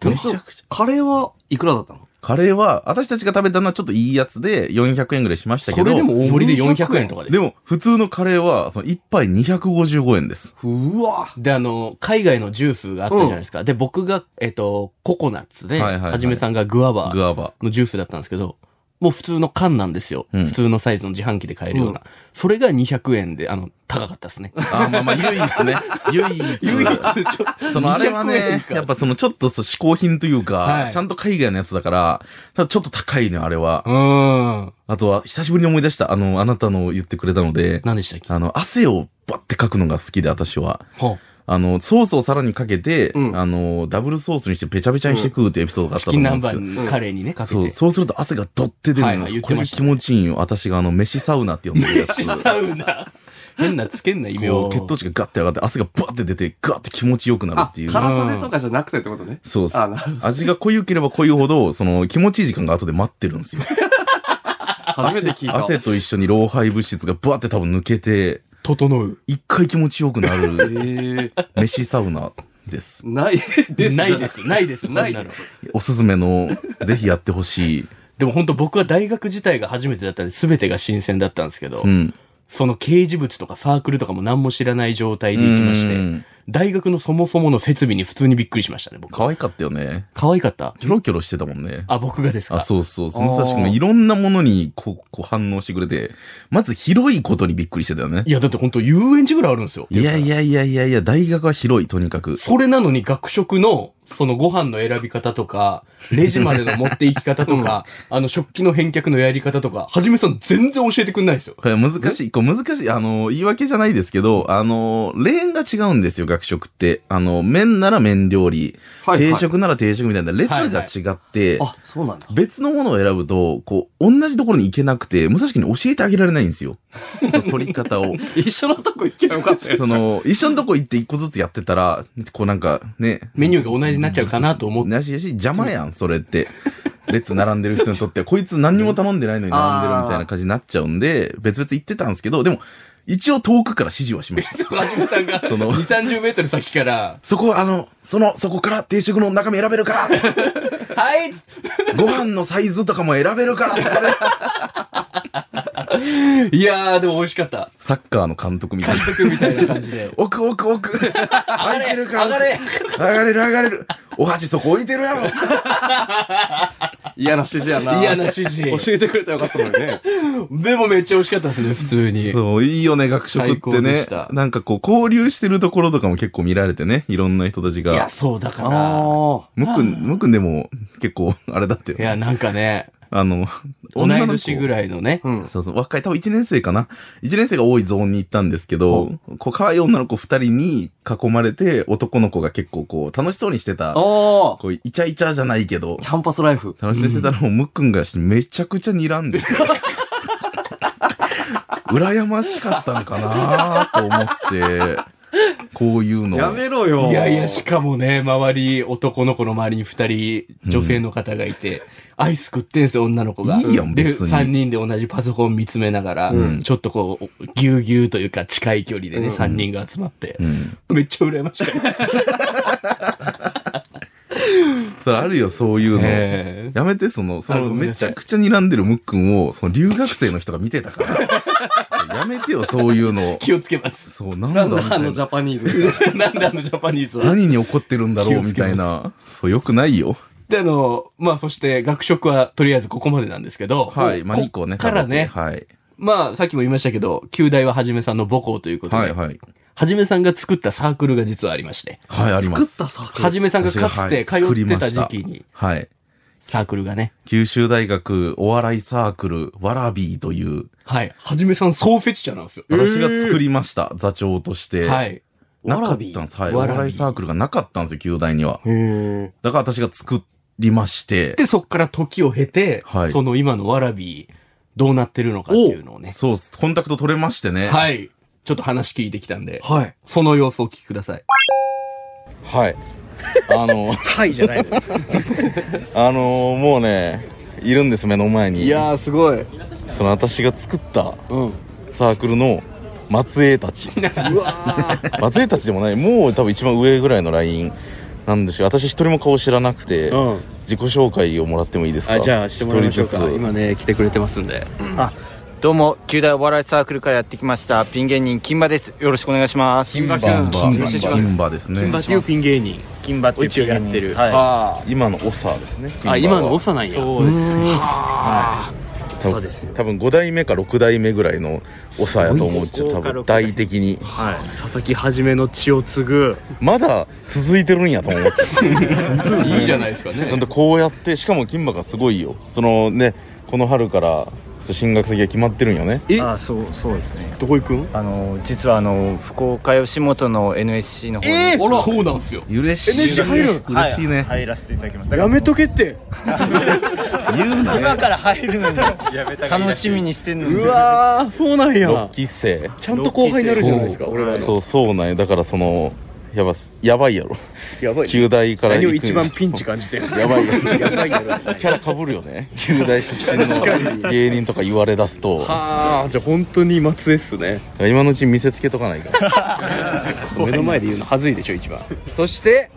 [SPEAKER 5] めちゃくちゃ。カレーはいくらだったの
[SPEAKER 2] カレーは、私たちが食べたのはちょっといいやつで400円ぐらいしましたけ
[SPEAKER 3] そ
[SPEAKER 2] ど。
[SPEAKER 3] れでも大盛りで400
[SPEAKER 5] 400
[SPEAKER 3] 円とかです。
[SPEAKER 2] でも、普通のカレーは、その1杯255円です。
[SPEAKER 5] うわ。
[SPEAKER 3] で、あの、海外のジュースがあったじゃないですか。で、僕が、えっと、ココナッツで、
[SPEAKER 2] はいは
[SPEAKER 3] はい
[SPEAKER 2] はい
[SPEAKER 3] じめさんがグアバ
[SPEAKER 2] グアバ。
[SPEAKER 3] のジュースだったんですけど、もう普通の缶なんですよ。
[SPEAKER 2] うん
[SPEAKER 3] 普通のサイズの自販機で買えるような。それが200円で、あの、高かったですね。
[SPEAKER 2] あー、まあまあ、唯一 ね。唯一。
[SPEAKER 3] 唯一、ちょ
[SPEAKER 2] そのあれは
[SPEAKER 3] 200円
[SPEAKER 2] ね、
[SPEAKER 3] か
[SPEAKER 2] やっぱそのちょっとそう嗜好品というか、
[SPEAKER 3] はい
[SPEAKER 2] ちゃんと海外のやつだから、ただちょっと高いね、あれは。
[SPEAKER 3] うん。
[SPEAKER 2] あとは、久しぶりに思い出した、あの、あなたの言ってくれたので、
[SPEAKER 3] 何でしたっけ
[SPEAKER 2] あの、汗をバッてかくのが好きで、私は。
[SPEAKER 3] ほ
[SPEAKER 2] あの、ソースをさらにかけて、
[SPEAKER 5] うん
[SPEAKER 2] あの、ダブルソースにしてべちゃべちゃにして食うってエピソード
[SPEAKER 3] う
[SPEAKER 2] があった
[SPEAKER 3] チ
[SPEAKER 2] と
[SPEAKER 3] キン
[SPEAKER 2] 思うん
[SPEAKER 3] 南
[SPEAKER 2] ですけど。
[SPEAKER 3] 蛮カレーにね、かけ
[SPEAKER 2] そう、
[SPEAKER 3] て。
[SPEAKER 2] そうすると汗がドって出る
[SPEAKER 3] はい
[SPEAKER 2] ん
[SPEAKER 3] は
[SPEAKER 2] で
[SPEAKER 3] い言っ
[SPEAKER 2] すよ。こ
[SPEAKER 3] て
[SPEAKER 2] れ
[SPEAKER 3] ました
[SPEAKER 2] 気持ちいいんよ。私があの、飯サウナって呼んでるや つ。
[SPEAKER 3] サウナ。変なつけんな、異名
[SPEAKER 2] も
[SPEAKER 3] を。
[SPEAKER 2] う血糖値がガッて上がって、汗がバッて出て、ガッて気持ちよくなる
[SPEAKER 5] あ
[SPEAKER 2] っ、ていう。
[SPEAKER 5] 辛さでとかじゃなくてってことね。
[SPEAKER 2] そうっす
[SPEAKER 5] あ、なる
[SPEAKER 2] 味が濃ゆければ濃いほど、その気持ちいい時間が後で待ってるんですよ。
[SPEAKER 5] ほど。 初めて聞いた。
[SPEAKER 2] 汗と一緒に老廃物質がバッて多分抜けて、
[SPEAKER 3] 整う。
[SPEAKER 2] 一回気持ちよくなる
[SPEAKER 5] ええ。
[SPEAKER 2] 飯サウナです。
[SPEAKER 5] ないです。
[SPEAKER 3] ないで。す、ないです、
[SPEAKER 5] ない
[SPEAKER 3] そん
[SPEAKER 5] で
[SPEAKER 3] の
[SPEAKER 5] す。
[SPEAKER 2] おすすめの、ぜひやってほしい。
[SPEAKER 3] でも本当僕は大学自体が初めてだったんで、全てが新鮮だったんですけど、
[SPEAKER 2] うん。
[SPEAKER 3] その掲示物とかサークルとかも何も知らない状態で行きまし
[SPEAKER 2] う
[SPEAKER 3] て、
[SPEAKER 2] ん
[SPEAKER 3] 大学のそもそもの設備に普通にびっくりしましたね、僕。
[SPEAKER 2] 可愛かったよね。
[SPEAKER 3] 可愛かった。
[SPEAKER 2] キョロキョロしてたもんね。
[SPEAKER 3] あ、僕がですか
[SPEAKER 2] あ、そうそう。その
[SPEAKER 5] あー
[SPEAKER 2] さしくもいろんなものにこう、こう反応してくれて、まず広いことにびっくりしてたよね
[SPEAKER 3] い。や、だって本当遊園地ぐらいあるんですよ。
[SPEAKER 2] いやいやいやいやいや、大学は広い、とにかく。
[SPEAKER 3] それなのに学食の、そのご飯の選び方とか、レジまでの持って行き方とか、あの食器の返却のやり方とか、はじめさん全然教えてくんないですよ。
[SPEAKER 2] これ難しい、こう難しい、あの、言い訳じゃないですけど、あの、レーンが違うんですよ、学食って。あの、麺なら麺料理、
[SPEAKER 5] はいはい
[SPEAKER 2] 定食なら定食みたいな列
[SPEAKER 3] はい
[SPEAKER 2] が違って、
[SPEAKER 5] あ、そうなんだ。
[SPEAKER 2] 別のものを選ぶと、こう、同じところに行けなくて、武蔵家に教えてあげられないんですよ。取り方を。
[SPEAKER 5] 一緒のとこ行けばよかったよ。
[SPEAKER 2] その、一緒のとこ行って一個ずつやってたら、こうなんか、ね、
[SPEAKER 3] メニューが同じになっちゃうかなと思って。
[SPEAKER 2] なしやし、邪魔やん、それって。列並んでる人にとっては、こいつ何にも頼んでないのに並んでるみたいな感じになっちゃうんで、別々行ってたんですけど、でも、一応遠くから指示はしました。
[SPEAKER 3] はじめさんが
[SPEAKER 2] そ
[SPEAKER 3] 2、
[SPEAKER 2] の
[SPEAKER 3] 30メートル先から、
[SPEAKER 2] そこ、あの、その、そこから定食の中身選べるから、
[SPEAKER 3] はい
[SPEAKER 2] ご飯のサイズとかも選べるから、そこで。
[SPEAKER 3] いやー、でも美味しかった。
[SPEAKER 2] サッカーの監督みたい
[SPEAKER 3] 監
[SPEAKER 2] な。
[SPEAKER 3] 督みたいな感じで。
[SPEAKER 2] 奥奥奥。空いてるから。上がれる上がれる。お箸そこ置いてるやろ。
[SPEAKER 5] 嫌な指示やな。
[SPEAKER 3] 嫌な指示。
[SPEAKER 5] 教えてくれたらよかったのにね。
[SPEAKER 3] でもめっちゃ美味しかったですね、普通に。
[SPEAKER 2] そう、いいよね、学食っ
[SPEAKER 3] 最
[SPEAKER 2] て
[SPEAKER 3] 高で
[SPEAKER 2] ね
[SPEAKER 3] し。た
[SPEAKER 2] なんかこう、交流してるところとかも結構見られてね、いろんな人たち
[SPEAKER 3] いや、
[SPEAKER 2] が。
[SPEAKER 3] そうだから。
[SPEAKER 5] あ
[SPEAKER 2] むっくん、むっくんでも結構、 あれだってよ
[SPEAKER 3] いや、なんかね、
[SPEAKER 2] あの、
[SPEAKER 3] 同い年ぐ
[SPEAKER 2] い。
[SPEAKER 3] らいのね
[SPEAKER 5] あ。。うん。
[SPEAKER 2] そうそう、若い、多分1年生かな。1年生が多いゾーンに行ったんですけど、こう、可愛い女の子2人に囲まれて、男の子が結構こう、楽しそうにしてた、
[SPEAKER 5] おー
[SPEAKER 2] こう、イチャイチャじゃないけど、
[SPEAKER 5] キャンパスライフ。
[SPEAKER 2] 楽しみにしてたのをむっくんがしてめちゃくちゃ睨 んでて羨ましかったのかなと思って、こういうの。
[SPEAKER 5] やめろよ。
[SPEAKER 3] いやいや、しかもね、周り、男の子の周りに二人、女性の方がいて、アイス食ってんすよ、女の子が。
[SPEAKER 2] いいやん
[SPEAKER 3] で、
[SPEAKER 2] 別に
[SPEAKER 3] 三人で同じパソコン見つめながら、
[SPEAKER 2] うん
[SPEAKER 3] ちょっとこう、ぎゅうぎゅうというか近い距離で
[SPEAKER 5] う
[SPEAKER 3] ね、
[SPEAKER 5] ん
[SPEAKER 3] 三人が集まって
[SPEAKER 2] う。ん。
[SPEAKER 3] めっちゃ羨ましかったです。
[SPEAKER 2] それあるよ、そういうの。
[SPEAKER 3] え
[SPEAKER 2] やめて、その、そ
[SPEAKER 3] あご
[SPEAKER 2] の、
[SPEAKER 3] めん
[SPEAKER 2] め
[SPEAKER 3] な
[SPEAKER 2] ち
[SPEAKER 3] さい
[SPEAKER 2] ゃくちゃ睨んでるムックンを、その留学生の人が見て たから。やめてよ、そういうの
[SPEAKER 3] ー。気をつけます。
[SPEAKER 2] そう、なんだ
[SPEAKER 5] なん
[SPEAKER 2] みた
[SPEAKER 5] だあの
[SPEAKER 2] い
[SPEAKER 5] ジ
[SPEAKER 2] な。
[SPEAKER 5] ャパニーズ。
[SPEAKER 3] なんであのジャパニーズは。
[SPEAKER 2] 何に怒ってるんだろう、みたいな。そう、よくないよ。
[SPEAKER 3] で、あの、まあ、そして、学食はとりあえずここまでなんですけど、
[SPEAKER 2] はい。まあ、
[SPEAKER 3] こ
[SPEAKER 2] 2個ね。
[SPEAKER 3] からね
[SPEAKER 2] 食べて
[SPEAKER 3] まあ、さっきも言いましたけど、旧大ははじめさんの母校ということで、はい
[SPEAKER 2] は。はい、はい。
[SPEAKER 3] じめさんが作ったサークルが実はありまして、
[SPEAKER 2] はい、ありま
[SPEAKER 5] 作っ
[SPEAKER 2] す。
[SPEAKER 5] たサーク
[SPEAKER 3] は
[SPEAKER 5] ル。
[SPEAKER 3] じめさんがかつて通
[SPEAKER 2] はい作り
[SPEAKER 3] って
[SPEAKER 2] ま
[SPEAKER 3] た
[SPEAKER 2] し
[SPEAKER 3] 時
[SPEAKER 2] た
[SPEAKER 3] 期に、
[SPEAKER 2] はい。
[SPEAKER 3] サークルがね、
[SPEAKER 2] 九州大学お笑いサークル、わらびーという、
[SPEAKER 3] はい。はじめさん総フェチ者なんですよ。
[SPEAKER 2] 私が作りました、座長として。
[SPEAKER 3] はい。
[SPEAKER 2] なか
[SPEAKER 5] わら
[SPEAKER 2] っ
[SPEAKER 5] び
[SPEAKER 2] たんです。はい。お
[SPEAKER 3] わらび
[SPEAKER 2] 笑いサークルがなかったんですよ、九大には。
[SPEAKER 5] へ
[SPEAKER 2] だから私が作りまして。
[SPEAKER 3] で、そっから時を経て、
[SPEAKER 2] はい
[SPEAKER 3] その今のわらび、どうなってるのかっていうのをね、
[SPEAKER 2] そうっす。コンタクト取れましてね。い。
[SPEAKER 3] はい。ちょっと話聞いてきたんで
[SPEAKER 5] ー、はい。
[SPEAKER 3] その様子をお聞きください。
[SPEAKER 2] はい。あの、
[SPEAKER 4] はいじゃないのよ。
[SPEAKER 2] あのもうね、いるんです、目の前に。
[SPEAKER 5] いやー、すごい。
[SPEAKER 2] その私が作った
[SPEAKER 5] うん。
[SPEAKER 2] サークルの末裔 たち。
[SPEAKER 5] うわ
[SPEAKER 2] 松江たちでもないもう多分一番上ぐらいのラインなんですよ私一人も顔知らなくて、
[SPEAKER 4] うん
[SPEAKER 2] 自己紹介をもらってもいいですか
[SPEAKER 4] あ、じゃあしてもらいましょう
[SPEAKER 2] 一
[SPEAKER 4] か。
[SPEAKER 2] 人ず
[SPEAKER 4] 今ね、来てくれてますんで。
[SPEAKER 6] どうも、九大お笑いサークルからやってきました、ピン芸人、金馬です。よろしくお願いします。
[SPEAKER 2] つ
[SPEAKER 6] 金
[SPEAKER 2] バンバ
[SPEAKER 3] 金馬
[SPEAKER 2] 金馬ですね
[SPEAKER 4] バティオピン芸人。
[SPEAKER 6] 金馬っていう
[SPEAKER 4] 一応
[SPEAKER 6] ピン芸
[SPEAKER 4] や
[SPEAKER 6] 人
[SPEAKER 4] ってる。
[SPEAKER 6] は
[SPEAKER 4] あ
[SPEAKER 2] 今のオサですね
[SPEAKER 4] ーあ、今の長なんや。
[SPEAKER 5] そうですね。
[SPEAKER 2] 多分多分5代目か6代目ぐらいのオサやと思うちゃ多分大的に
[SPEAKER 4] 佐々木はじめの血を継ぐ。
[SPEAKER 2] まだ続いてるんやと思って
[SPEAKER 3] いいじゃないですか
[SPEAKER 2] なん
[SPEAKER 3] ね。
[SPEAKER 2] でこうやってしかも金馬がすごいよそのねこの春からそう進学先が決まってるんよね
[SPEAKER 6] い。あーそう、そうですね。
[SPEAKER 4] どこ行くん
[SPEAKER 6] あの、実はあの、福岡吉本の NSC の方に、
[SPEAKER 3] あら、そうなんですよ。
[SPEAKER 2] 嬉しい入る嬉しいね、
[SPEAKER 6] 入らせていただきました。
[SPEAKER 4] やめとけ って。
[SPEAKER 2] 言うな
[SPEAKER 6] 今から入るのに、楽しみにしてんのに。
[SPEAKER 4] うわー、そうなんや
[SPEAKER 2] 6。期生
[SPEAKER 4] ちゃんと後輩になるじゃないですか、俺らの。
[SPEAKER 2] そうそうなんやだからそのやばすやばいやろ
[SPEAKER 4] やばい。
[SPEAKER 2] 旧大から
[SPEAKER 4] 何を
[SPEAKER 2] 行く
[SPEAKER 4] 一番ピンチ感じてるんですか
[SPEAKER 2] やばいよ
[SPEAKER 4] やばいやろ。
[SPEAKER 2] キャラかぶるよね旧大出身の芸人とか言われ出すと
[SPEAKER 4] はあ、じゃあ本当に松江っすね。
[SPEAKER 2] 今のうちに見せつけとかないから
[SPEAKER 4] 目の前で言うのはずいでしょ、一番。
[SPEAKER 6] そして、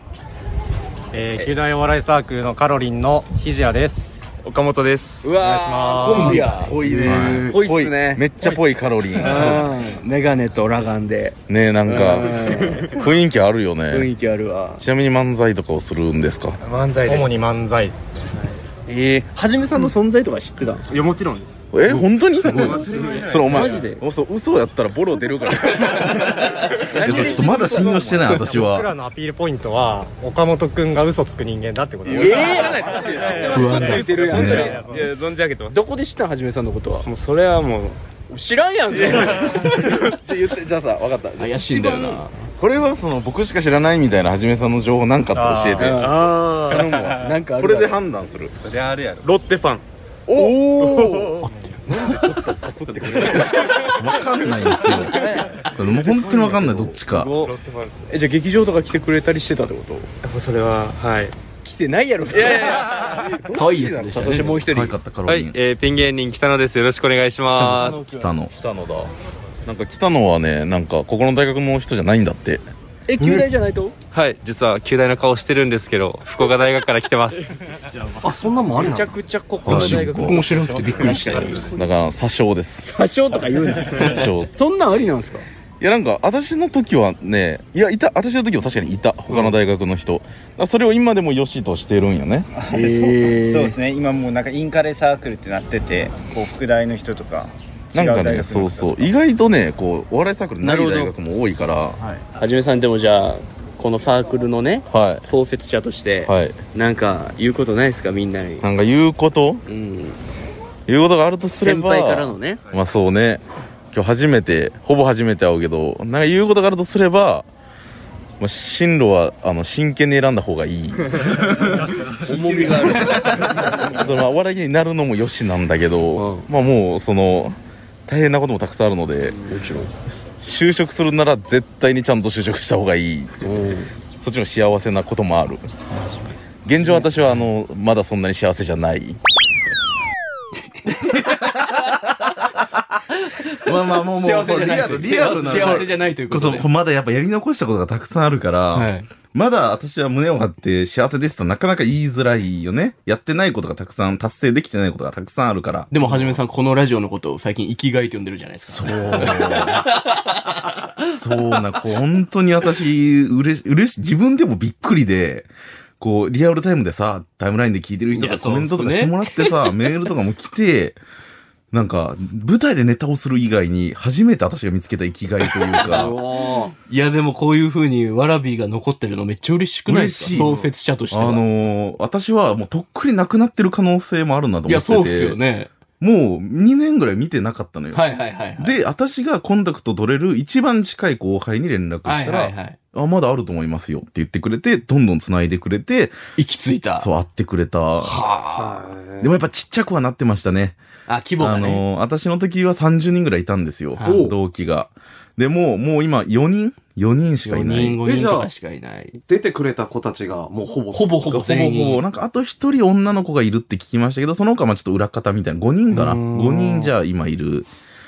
[SPEAKER 7] えー、九大お笑いサークルのカロリンのひじやです。
[SPEAKER 6] 岡本です。
[SPEAKER 4] うわー、コンビや。
[SPEAKER 5] 多いね。
[SPEAKER 4] ぽいっすね。
[SPEAKER 2] めっちゃぽいカロリー
[SPEAKER 4] うんメガネとラガンで
[SPEAKER 2] ねえなんか
[SPEAKER 4] うん
[SPEAKER 2] 雰囲気あるよ
[SPEAKER 4] 雰
[SPEAKER 2] ね
[SPEAKER 4] 囲気あるわ。
[SPEAKER 2] ちなみに漫才とかをするんですか
[SPEAKER 6] 漫才です。
[SPEAKER 7] 主に漫才ですね。
[SPEAKER 4] ええはじめさんの存在とか知ってた、
[SPEAKER 7] いや、もちろんです。
[SPEAKER 2] え本当にそれお前
[SPEAKER 4] マジで
[SPEAKER 2] おそう嘘やったらボロ出る からちょっとまだ信用してない私は
[SPEAKER 7] 僕らのアピールポイントは、岡本くんが嘘つく人間だってことです。え
[SPEAKER 4] 知らないです知ってます嘘ついてるやん、
[SPEAKER 7] いや、存じ上げてます。
[SPEAKER 4] どこで知ったんはじめさんのことは
[SPEAKER 7] もうそれはもう、
[SPEAKER 4] 知らんやんじゃ
[SPEAKER 2] 言ってじゃあさ分かった
[SPEAKER 3] 怪しいんだよな。
[SPEAKER 2] これはその僕しか知らないみたいなはじめさんの情報なんかあったら教えて
[SPEAKER 7] あ
[SPEAKER 2] 頼むわ
[SPEAKER 4] なんかある
[SPEAKER 2] これで判断する
[SPEAKER 7] ー、であるやろ。ロッテファン。
[SPEAKER 2] 分かんないん ですよこれもう本当に分かんないどっちか
[SPEAKER 7] ロッテファンですね。
[SPEAKER 4] えじゃあ劇場とか来てくれたりしてたってこと
[SPEAKER 7] もうそれは、はい。
[SPEAKER 4] 来てないやろいやいや
[SPEAKER 3] 可愛いやつでし
[SPEAKER 4] さ
[SPEAKER 3] た
[SPEAKER 4] あそして
[SPEAKER 3] ね。
[SPEAKER 4] もう一人
[SPEAKER 2] 可愛かったカロリン、
[SPEAKER 8] えーピン芸人北野です。よろしくお願いします。
[SPEAKER 2] 北野北野だなんか北野はねなんかここの大学の人じゃないんだって
[SPEAKER 4] え球大じゃないと
[SPEAKER 8] はい、実は旧大の顔してるんですけど、福岡大学から来てます。
[SPEAKER 5] あ、そんなんもある
[SPEAKER 4] め
[SPEAKER 5] な
[SPEAKER 4] ち。ゃくちゃここの大学
[SPEAKER 2] 僕も
[SPEAKER 4] 知らなくてびっくりした
[SPEAKER 2] だから詐称です
[SPEAKER 4] 多少とか言うな
[SPEAKER 2] 詐称
[SPEAKER 4] そんなんありなんですか
[SPEAKER 2] い
[SPEAKER 9] いやなんか私の時はねいやいた私の時は確かにいた他の大学の人、だからそれを今でもよしとしてるんよね
[SPEAKER 10] そうですね今もうなんかインカレサークルってなっててこう副大の人とか違
[SPEAKER 9] なん
[SPEAKER 10] う
[SPEAKER 9] か
[SPEAKER 10] 大
[SPEAKER 9] ね
[SPEAKER 10] 学の
[SPEAKER 9] そう
[SPEAKER 10] 人
[SPEAKER 9] そ
[SPEAKER 10] と
[SPEAKER 9] う意外とねこうお笑いサークルない
[SPEAKER 11] なるほど
[SPEAKER 9] 大学も多いから
[SPEAKER 11] はじめさんでもじゃあこのサークルのね
[SPEAKER 9] は
[SPEAKER 11] 創設者として
[SPEAKER 9] いはい
[SPEAKER 11] なんか言うことないですかみんなに、
[SPEAKER 9] なんか言うこと
[SPEAKER 11] うん、
[SPEAKER 9] 言うことがあるとすれ
[SPEAKER 11] 先
[SPEAKER 9] ば
[SPEAKER 11] 輩からのね
[SPEAKER 9] まあそうね今日初めてほぼ初めて会うけどなんか言うことがあるとすれば、まあ、進路はあの真剣に選んだ方がいい
[SPEAKER 11] 重みがある
[SPEAKER 9] そのまあお笑い芸人になるのもよしなんだけど、まあもうその大変なこともたくさんあるので
[SPEAKER 11] もちろん
[SPEAKER 9] 就職するなら絶対にちゃんと就職した方がいいそっちの幸せなこともある現状私はあのまだそんなに幸せじゃない
[SPEAKER 2] まあまあもうも
[SPEAKER 3] 幸せ
[SPEAKER 2] う
[SPEAKER 3] じゃ
[SPEAKER 2] リ
[SPEAKER 3] ない
[SPEAKER 2] ア
[SPEAKER 3] と
[SPEAKER 2] ルリアルな
[SPEAKER 3] 幸せじゃないという
[SPEAKER 2] こ
[SPEAKER 3] こと
[SPEAKER 2] と
[SPEAKER 3] で
[SPEAKER 2] まだやっぱやり残したことがたくさんあるから、
[SPEAKER 3] はい
[SPEAKER 2] まだ私は胸を張って幸せですとなかなか言いづらいよねやってないことがたくさん達成できてないことがたくさんあるから
[SPEAKER 3] でもはじめさんこのラジオのことを最近生きがいと呼んでるじゃないですか
[SPEAKER 2] そうな、こう本当に私、うれし、うれし、自分でもびっくりで、こう、リアルタイムでさ、タイムラインで聞いてる人
[SPEAKER 3] いや
[SPEAKER 2] がコメントと
[SPEAKER 3] そう
[SPEAKER 2] か
[SPEAKER 3] っす
[SPEAKER 2] し
[SPEAKER 3] ね
[SPEAKER 2] てもらって さ、メールとかも来て、なんか、舞台でネタをする以外に、初めて私が見つけた生きがいとい うか、
[SPEAKER 3] いやでもこういう風にわらびが残ってるのめっちゃ嬉しくないですか
[SPEAKER 2] 嬉しい
[SPEAKER 3] 創設者として
[SPEAKER 2] あ
[SPEAKER 3] は、
[SPEAKER 2] のー私はもうとっくになくなってる可能性もあるなと
[SPEAKER 3] い
[SPEAKER 2] 思
[SPEAKER 3] や
[SPEAKER 2] ってて、
[SPEAKER 3] そうっすよね
[SPEAKER 2] もう2年ぐらい見てなかったのよ。
[SPEAKER 3] はいはいはいはい
[SPEAKER 2] で、私がコンタクト取れる一番近い後輩に連絡
[SPEAKER 3] は
[SPEAKER 2] し
[SPEAKER 3] い
[SPEAKER 2] たら、
[SPEAKER 3] はいはい
[SPEAKER 2] あ、まだあると思いますよって言ってくれて、どんどん繋いでくれて、
[SPEAKER 3] 行き着いた
[SPEAKER 2] そう、会ってくれた。
[SPEAKER 3] は
[SPEAKER 2] でもやっぱちっちゃくはなってましたね。
[SPEAKER 3] ああ規模が
[SPEAKER 2] あ
[SPEAKER 3] ね、
[SPEAKER 2] の、私の時は30人ぐらいいたんですよ。
[SPEAKER 3] はい
[SPEAKER 2] 同期が。でも、もう今4人 ?4 人しかい
[SPEAKER 3] 4
[SPEAKER 2] な
[SPEAKER 3] 人
[SPEAKER 2] い。
[SPEAKER 3] 5
[SPEAKER 5] え
[SPEAKER 3] 人
[SPEAKER 5] じゃあ
[SPEAKER 3] とかしかいない
[SPEAKER 5] 出てくれた子たちがもうほぼ。
[SPEAKER 3] ほぼほぼ全員
[SPEAKER 2] ほぼほぼなんかあと1人女の子がいるって聞きましたけど、その他はちょっと裏方みたいな。5人かな。
[SPEAKER 5] うーん
[SPEAKER 2] 5人じゃあ今いる。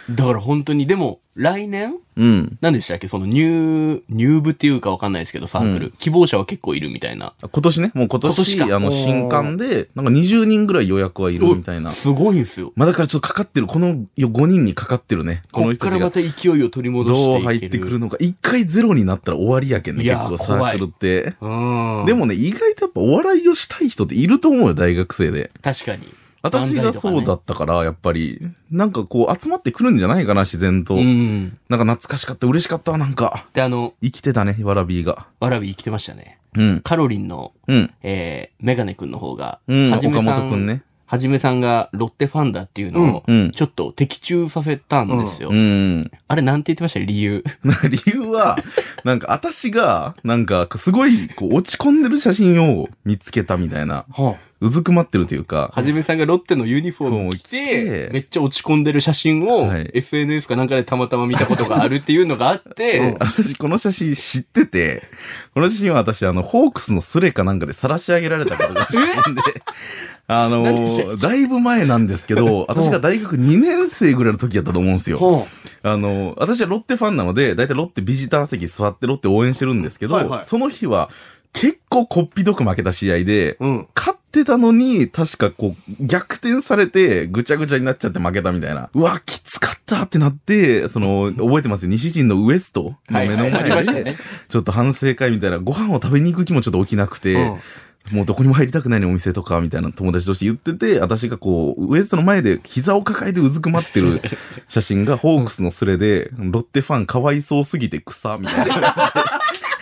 [SPEAKER 3] だから本当にでも来年
[SPEAKER 2] うん。
[SPEAKER 3] 何でしたっけその入入部っていうかわかんないですけどサークル、希望者は結構いるみたいな
[SPEAKER 2] 今年ね、もう
[SPEAKER 3] 今
[SPEAKER 2] 今年、
[SPEAKER 3] 年か
[SPEAKER 2] あの、新刊で、なんか20人ぐらい予約はいるみたいな。
[SPEAKER 3] すごいんすよ
[SPEAKER 2] まあだからちょっとかかってる、この5人にかかってるね。こ
[SPEAKER 3] こ
[SPEAKER 2] の
[SPEAKER 3] っ
[SPEAKER 2] 人
[SPEAKER 3] か
[SPEAKER 2] た
[SPEAKER 3] ら
[SPEAKER 2] ちが
[SPEAKER 3] また勢いを取り戻してい
[SPEAKER 2] ど
[SPEAKER 3] け
[SPEAKER 2] う
[SPEAKER 3] る
[SPEAKER 2] 入ってくるのか。一回ゼロになったら終わりやけんね、
[SPEAKER 3] い
[SPEAKER 2] 結
[SPEAKER 3] やー
[SPEAKER 2] 構サークルって。
[SPEAKER 3] うん
[SPEAKER 2] でもね、意外とやっぱお笑いをしたい人っていると思うよ、大学生で。
[SPEAKER 3] 確かに
[SPEAKER 2] 私
[SPEAKER 3] 漫才
[SPEAKER 2] が
[SPEAKER 3] とかね
[SPEAKER 2] そうだったから、やっぱり、なんかこう集まってくるんじゃないかな、自然と。
[SPEAKER 3] うん
[SPEAKER 2] なんか懐かしかった、嬉しかった、なんか。
[SPEAKER 3] であの
[SPEAKER 2] 生きてたね、わらびーが。
[SPEAKER 3] わらび生きてましたね
[SPEAKER 2] うん。
[SPEAKER 3] カロリンの、
[SPEAKER 2] うん。
[SPEAKER 3] えー、メガネくんの方が、
[SPEAKER 2] うん。
[SPEAKER 3] はじ
[SPEAKER 2] 岡
[SPEAKER 3] めさ
[SPEAKER 2] 本
[SPEAKER 3] ん
[SPEAKER 2] くんね。
[SPEAKER 3] はじめさんがロッテファンだっていうのを
[SPEAKER 2] うんうん
[SPEAKER 3] ちょっと的中させたんですよ、
[SPEAKER 2] うん。
[SPEAKER 3] あれなんて言ってました理由
[SPEAKER 2] 理由は、なんか私が、なんかすごいこう落ち込んでる写真を見つけたみたいな。
[SPEAKER 5] は
[SPEAKER 2] うずくまってるというか。
[SPEAKER 3] はじめさんがロッテのユニフォームを着
[SPEAKER 2] そう
[SPEAKER 3] て
[SPEAKER 2] 着て
[SPEAKER 3] めっちゃ落ち込んでる写真を
[SPEAKER 2] はい
[SPEAKER 3] SNS かなんかでたまたま見たことがあるっていうのがあって、
[SPEAKER 2] 私、この写真知ってて、この写真は私、あの、ホークスのスレかなんかで晒し上げられたことがあったん で、あの
[SPEAKER 3] 何でした
[SPEAKER 2] だいぶ前なんですけど、 私が大学2年生ぐらいの時やったと思うんです
[SPEAKER 5] あ。
[SPEAKER 2] よ。
[SPEAKER 5] は
[SPEAKER 2] あの私はロッテファンなので、だいたいロッテビジター席座ってロッテ応援してるんですけど、
[SPEAKER 5] はいはい
[SPEAKER 2] その日は結構こっぴどく負けた試合で
[SPEAKER 5] あ。、うん。
[SPEAKER 2] 勝ってたのに、確かこう、逆転されて、ぐちゃぐちゃになっちゃって負けたみたいな。うわ、きつかったってなって、その、覚えてますよ。西陣のウエストの
[SPEAKER 3] はい
[SPEAKER 2] 目の
[SPEAKER 3] はい、ありま
[SPEAKER 2] 前
[SPEAKER 3] した
[SPEAKER 2] で、
[SPEAKER 3] ね。
[SPEAKER 2] ちょっと反省会みたいな、ご飯を食べに行く気もちょっと起きなくて、もうどこにも入りたくないね、お店とか、みたいな友達として言ってて、私がこう、ウエストの前で膝を抱えてうずくまって る写真が、ホークスのスレで、ロッテファンかわいそうすぎて草、みたいな。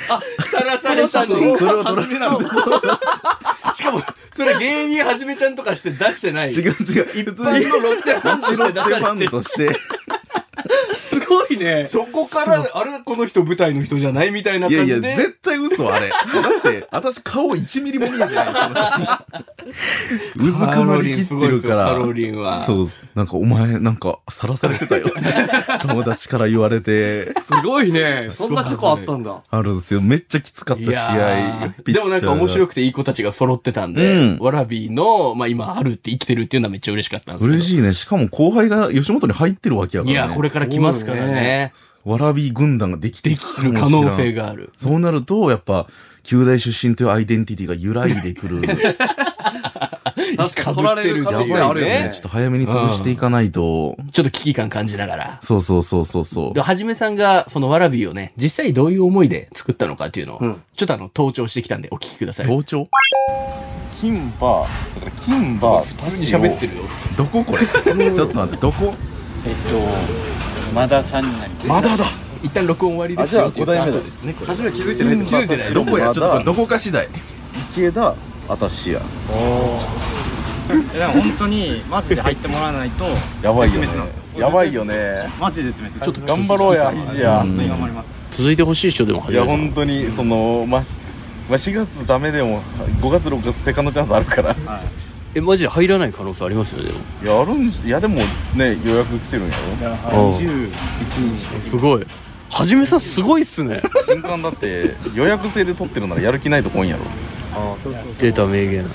[SPEAKER 3] あ、さらされたの
[SPEAKER 2] それを
[SPEAKER 3] はじめなの。しかも、それ芸人はじめちゃんとかして出してない。
[SPEAKER 2] 違う違う。
[SPEAKER 3] 一
[SPEAKER 2] 普通
[SPEAKER 3] 般
[SPEAKER 2] に、
[SPEAKER 3] のロッテファンとして
[SPEAKER 2] ロッ
[SPEAKER 3] 出
[SPEAKER 2] テ
[SPEAKER 3] さ
[SPEAKER 2] ファ
[SPEAKER 3] れて
[SPEAKER 2] ンとして、
[SPEAKER 3] すごいね。そこから、あれこの人舞台の人じゃないみたいない
[SPEAKER 2] や
[SPEAKER 3] 感
[SPEAKER 2] いや、
[SPEAKER 3] じで。
[SPEAKER 2] 絶対嘘、あれ。だって、私顔1ミリも見えてない、この 写真。うずくまりきってるか
[SPEAKER 3] カ
[SPEAKER 2] ら。
[SPEAKER 3] ロリンは。
[SPEAKER 2] そう、なんかお前、なんか、さらされ てたよ。友達から言われて、
[SPEAKER 5] すごいね。そんな過去あったんだ。
[SPEAKER 2] あるんですよ。めっちゃきつかった
[SPEAKER 3] い
[SPEAKER 2] 試
[SPEAKER 3] や
[SPEAKER 2] 合
[SPEAKER 3] ー。でもなんか面白
[SPEAKER 2] く
[SPEAKER 3] くていい子たちが揃ってたんで
[SPEAKER 2] う、ん
[SPEAKER 3] わらびの、まあ今あるって生きてるっていうのはめっちゃ嬉しかったんですけど。
[SPEAKER 2] 嬉しいね。しかも後輩が吉本に入ってるわけやか
[SPEAKER 3] い
[SPEAKER 2] ら、
[SPEAKER 3] や、
[SPEAKER 2] ね。
[SPEAKER 3] これから来ますからね。
[SPEAKER 2] わらび軍団ができて
[SPEAKER 3] できる可能性
[SPEAKER 2] が。
[SPEAKER 3] がある。
[SPEAKER 2] そ うなると、やっぱ、旧大出身というアイデンティティが揺らいでくる。
[SPEAKER 12] 確かに取られる可能性あるよね
[SPEAKER 2] ちょっと早めに潰していかないと。
[SPEAKER 3] ちょっと危機感感じながら。
[SPEAKER 2] そうそうそうそうそ
[SPEAKER 3] ではじめさんが、そのわらびをね、実際どういう思いで作ったのかっていうのを、ちょっとあの、登聴してきたんでお聞きくださ
[SPEAKER 2] う。
[SPEAKER 3] い。
[SPEAKER 2] 盗聴
[SPEAKER 13] 金馬だから金馬普
[SPEAKER 3] 普通に喋ってるよ。
[SPEAKER 2] どここれちょっと待って、どこ
[SPEAKER 13] えっとまださんになります
[SPEAKER 2] まだだ
[SPEAKER 3] 一旦録音終わりですよって言った後ですね。これ
[SPEAKER 12] 初め気づいてないん
[SPEAKER 3] 気づいてない。
[SPEAKER 2] どこやちょっとこれどこか次第。
[SPEAKER 5] 池田あたしや
[SPEAKER 10] えでも本当にマジで入ってもらわないと
[SPEAKER 5] やばいよね
[SPEAKER 10] 絶滅なんです
[SPEAKER 5] やばいよね
[SPEAKER 10] マジで絶滅
[SPEAKER 3] ちょっと
[SPEAKER 5] 頑張ろうや肘や
[SPEAKER 10] 本当に頑張ります
[SPEAKER 3] 続いてほしい人でも始
[SPEAKER 5] い
[SPEAKER 3] め
[SPEAKER 5] や
[SPEAKER 3] る
[SPEAKER 5] 本当にそのまあしまあ4月ダメでも5月6月セカンドチャンスあるから
[SPEAKER 3] え、マジで入らない可能性ありますよね、でも
[SPEAKER 5] やるんいやでもね予約来てるんやろ
[SPEAKER 13] 21
[SPEAKER 3] すごい。はじめさんすごいっすね。
[SPEAKER 5] 瞬間だって予約制で取ってるならやる気ないとこんやろ
[SPEAKER 3] 出た名言。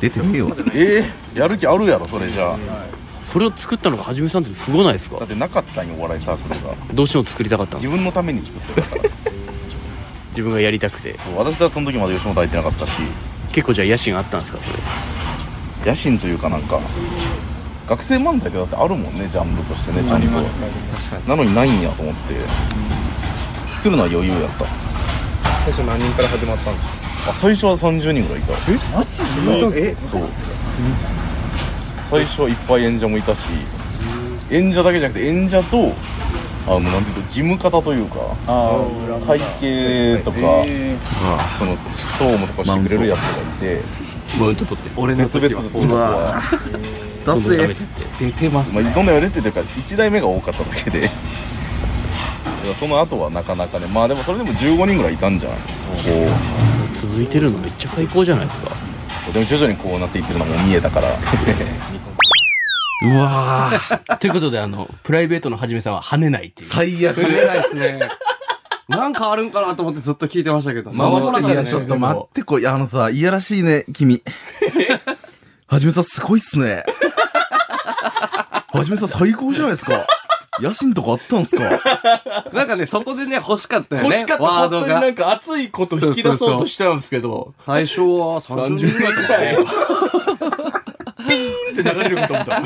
[SPEAKER 2] 出てみよう。
[SPEAKER 5] えー、やる気あるやろそれじゃあ
[SPEAKER 3] それを作ったのがはじめさんってすごないです
[SPEAKER 5] だ
[SPEAKER 3] か
[SPEAKER 5] ってなかったんよお笑いサークルが
[SPEAKER 3] どうしても作りたかったんで
[SPEAKER 5] 自
[SPEAKER 3] すか
[SPEAKER 5] 分のために作ってるから
[SPEAKER 3] 自分がやりたくて。
[SPEAKER 5] 私はその時まで吉本入ってなかったし
[SPEAKER 3] 結構じゃあ野心あったんですか、それ。
[SPEAKER 5] 野心というかなんか学生漫才ってだってあるもんねジャンルとしてねちゃんと、なのにないんやと思って作るのは余裕やった
[SPEAKER 14] 最初何人から始まったんですか
[SPEAKER 5] あ最初は30人ぐらいいたえマジでえそう最初はいっぱい演者もいたし演者だけじゃなくて演者とあのなんていうか事務方というか会計とか、あその総務とかしてくれるやつがいて
[SPEAKER 3] もうちょっと取って。
[SPEAKER 12] 俺の
[SPEAKER 5] 別
[SPEAKER 12] 時
[SPEAKER 5] 々
[SPEAKER 12] は
[SPEAKER 5] の
[SPEAKER 12] こ
[SPEAKER 5] チー
[SPEAKER 12] う
[SPEAKER 5] ムは、
[SPEAKER 3] どんどん食べてって。
[SPEAKER 12] 出てます
[SPEAKER 5] まあ、どんなや出てるか1代目が多かっただけで いやその後はなかなかねまあでもそれでも15人ぐらいいたんじゃないこう
[SPEAKER 3] 続いてるのめっちゃ最高じゃないですか。
[SPEAKER 5] そうでも徐々にこうなっていってるのも見えたから
[SPEAKER 2] うわぁ。
[SPEAKER 3] ということで、あの、プライベートのはじめさんは跳ねないっていう。
[SPEAKER 2] 最悪。
[SPEAKER 12] 出ないですねなんかあるんかなと思ってずっと聞いてましたけど
[SPEAKER 2] その
[SPEAKER 12] 守
[SPEAKER 2] 人
[SPEAKER 12] らな
[SPEAKER 2] に
[SPEAKER 12] か
[SPEAKER 2] は
[SPEAKER 12] った
[SPEAKER 2] ちょっと待ってこい。あのさ、いやらしいね、君。はじめさんすごいっすね。はじめさん最高じゃないですか。野心とかあったんすか
[SPEAKER 12] なんかねそこでね欲しかったよね
[SPEAKER 3] 欲しかった。
[SPEAKER 12] ワー
[SPEAKER 3] 本
[SPEAKER 12] ド
[SPEAKER 3] 当にな
[SPEAKER 12] が
[SPEAKER 3] んか熱いこと引き出そうとしたんですけど、
[SPEAKER 12] 最初は30人ぐらいだったかな
[SPEAKER 3] ピーンって流れること思った。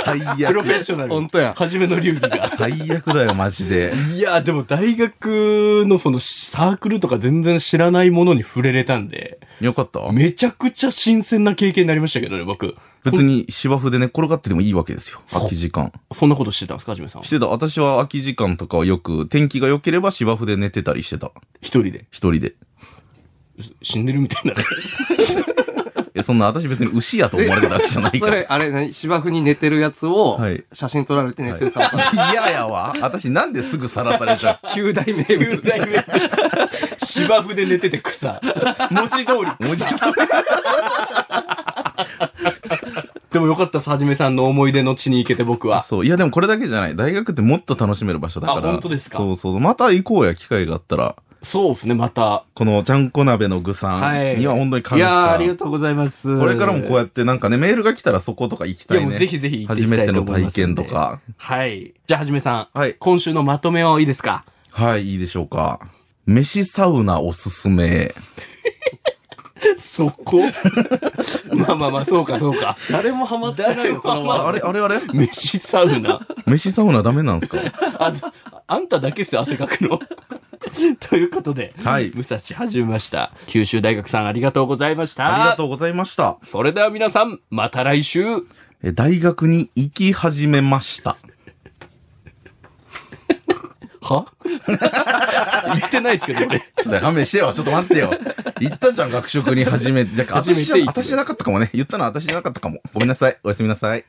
[SPEAKER 2] 最
[SPEAKER 3] プロ
[SPEAKER 2] 悪
[SPEAKER 3] フ。ェッショナル。
[SPEAKER 12] 本当や
[SPEAKER 3] はじめの流儀が。
[SPEAKER 2] 最悪だよ、マジで。
[SPEAKER 3] いや、でも大学のそのサークルとか全然知らないものに触れれたんで、
[SPEAKER 2] よかった
[SPEAKER 3] めちゃくちゃ新鮮な経験になりましたけどね、僕。
[SPEAKER 2] 別に芝生でね、転がっててもいいわけですよ。空き時間。
[SPEAKER 3] そんなことしてたんですか、はじめさん
[SPEAKER 2] し。てた。私は空き時間とかはよく、天気が良ければ芝生で寝てたりしてた。
[SPEAKER 3] 一人で。
[SPEAKER 2] 一人で。
[SPEAKER 3] 死んでるみたいな。
[SPEAKER 2] え、そんな私別に牛やと思われてたわけじゃない
[SPEAKER 12] そ
[SPEAKER 2] から
[SPEAKER 12] れ。あれ何芝生に寝てるやつを
[SPEAKER 2] はい
[SPEAKER 12] 写真撮られて寝てるさ
[SPEAKER 2] 嫌やわ。私なんですぐさらされち ゃ
[SPEAKER 12] 9代名物
[SPEAKER 3] 代目。 芝生で寝てて草。文字通り
[SPEAKER 2] う。文字
[SPEAKER 3] でもよかったです、はじめさんの思い出の地に行けて僕は。
[SPEAKER 2] そう。いやでもこれだけじゃない。大学ってもっと楽しめる場所だから。
[SPEAKER 3] あ本当ですか
[SPEAKER 2] そうそうそう。また行こうや、機会があったら。
[SPEAKER 3] そうですね、また。
[SPEAKER 2] このちゃんこ鍋の具さ
[SPEAKER 3] はい
[SPEAKER 2] んには本当に感
[SPEAKER 3] い
[SPEAKER 2] 謝。
[SPEAKER 3] やーありがとうございます。
[SPEAKER 2] これからもこうやってなんかね、メールが来たらそことか行きたい
[SPEAKER 3] いや
[SPEAKER 2] ね。
[SPEAKER 3] もうぜひぜひ行ってい
[SPEAKER 2] 初
[SPEAKER 3] きた
[SPEAKER 2] め
[SPEAKER 3] い
[SPEAKER 2] て
[SPEAKER 3] と
[SPEAKER 2] の
[SPEAKER 3] 思い
[SPEAKER 2] 体
[SPEAKER 3] ますん
[SPEAKER 2] 験
[SPEAKER 3] で
[SPEAKER 2] とか。
[SPEAKER 3] はい。じゃあ、はじめさん。
[SPEAKER 2] はい
[SPEAKER 3] 今週のまとめをいいですか
[SPEAKER 2] はい、いいでしょうか。飯サウナおすすめ。
[SPEAKER 3] そこ まあまあまあ、そうかそうか。
[SPEAKER 12] 誰もハマってないよその
[SPEAKER 2] ああれあれあれ
[SPEAKER 3] 飯サウナ。
[SPEAKER 2] 飯サウナダメなんですか
[SPEAKER 3] あ、あんただけっすよ、汗かくの。 ということで、
[SPEAKER 2] はい
[SPEAKER 3] 武蔵始めました。九州大学さんありがとうございました。
[SPEAKER 2] ありがとうございました。
[SPEAKER 3] それでは皆さん、また来週
[SPEAKER 2] え大学に行き始めました。
[SPEAKER 3] は 言ってないですけど、俺。
[SPEAKER 2] ちょっと勘弁してよ。ちょっと待ってよ。言ったじゃん、学食に初めて。だから
[SPEAKER 3] 初めて
[SPEAKER 2] 私じゃ私じゃなかったかもね。言ったのは私じゃなかったかも。ごめんなさい。おやすみなさい。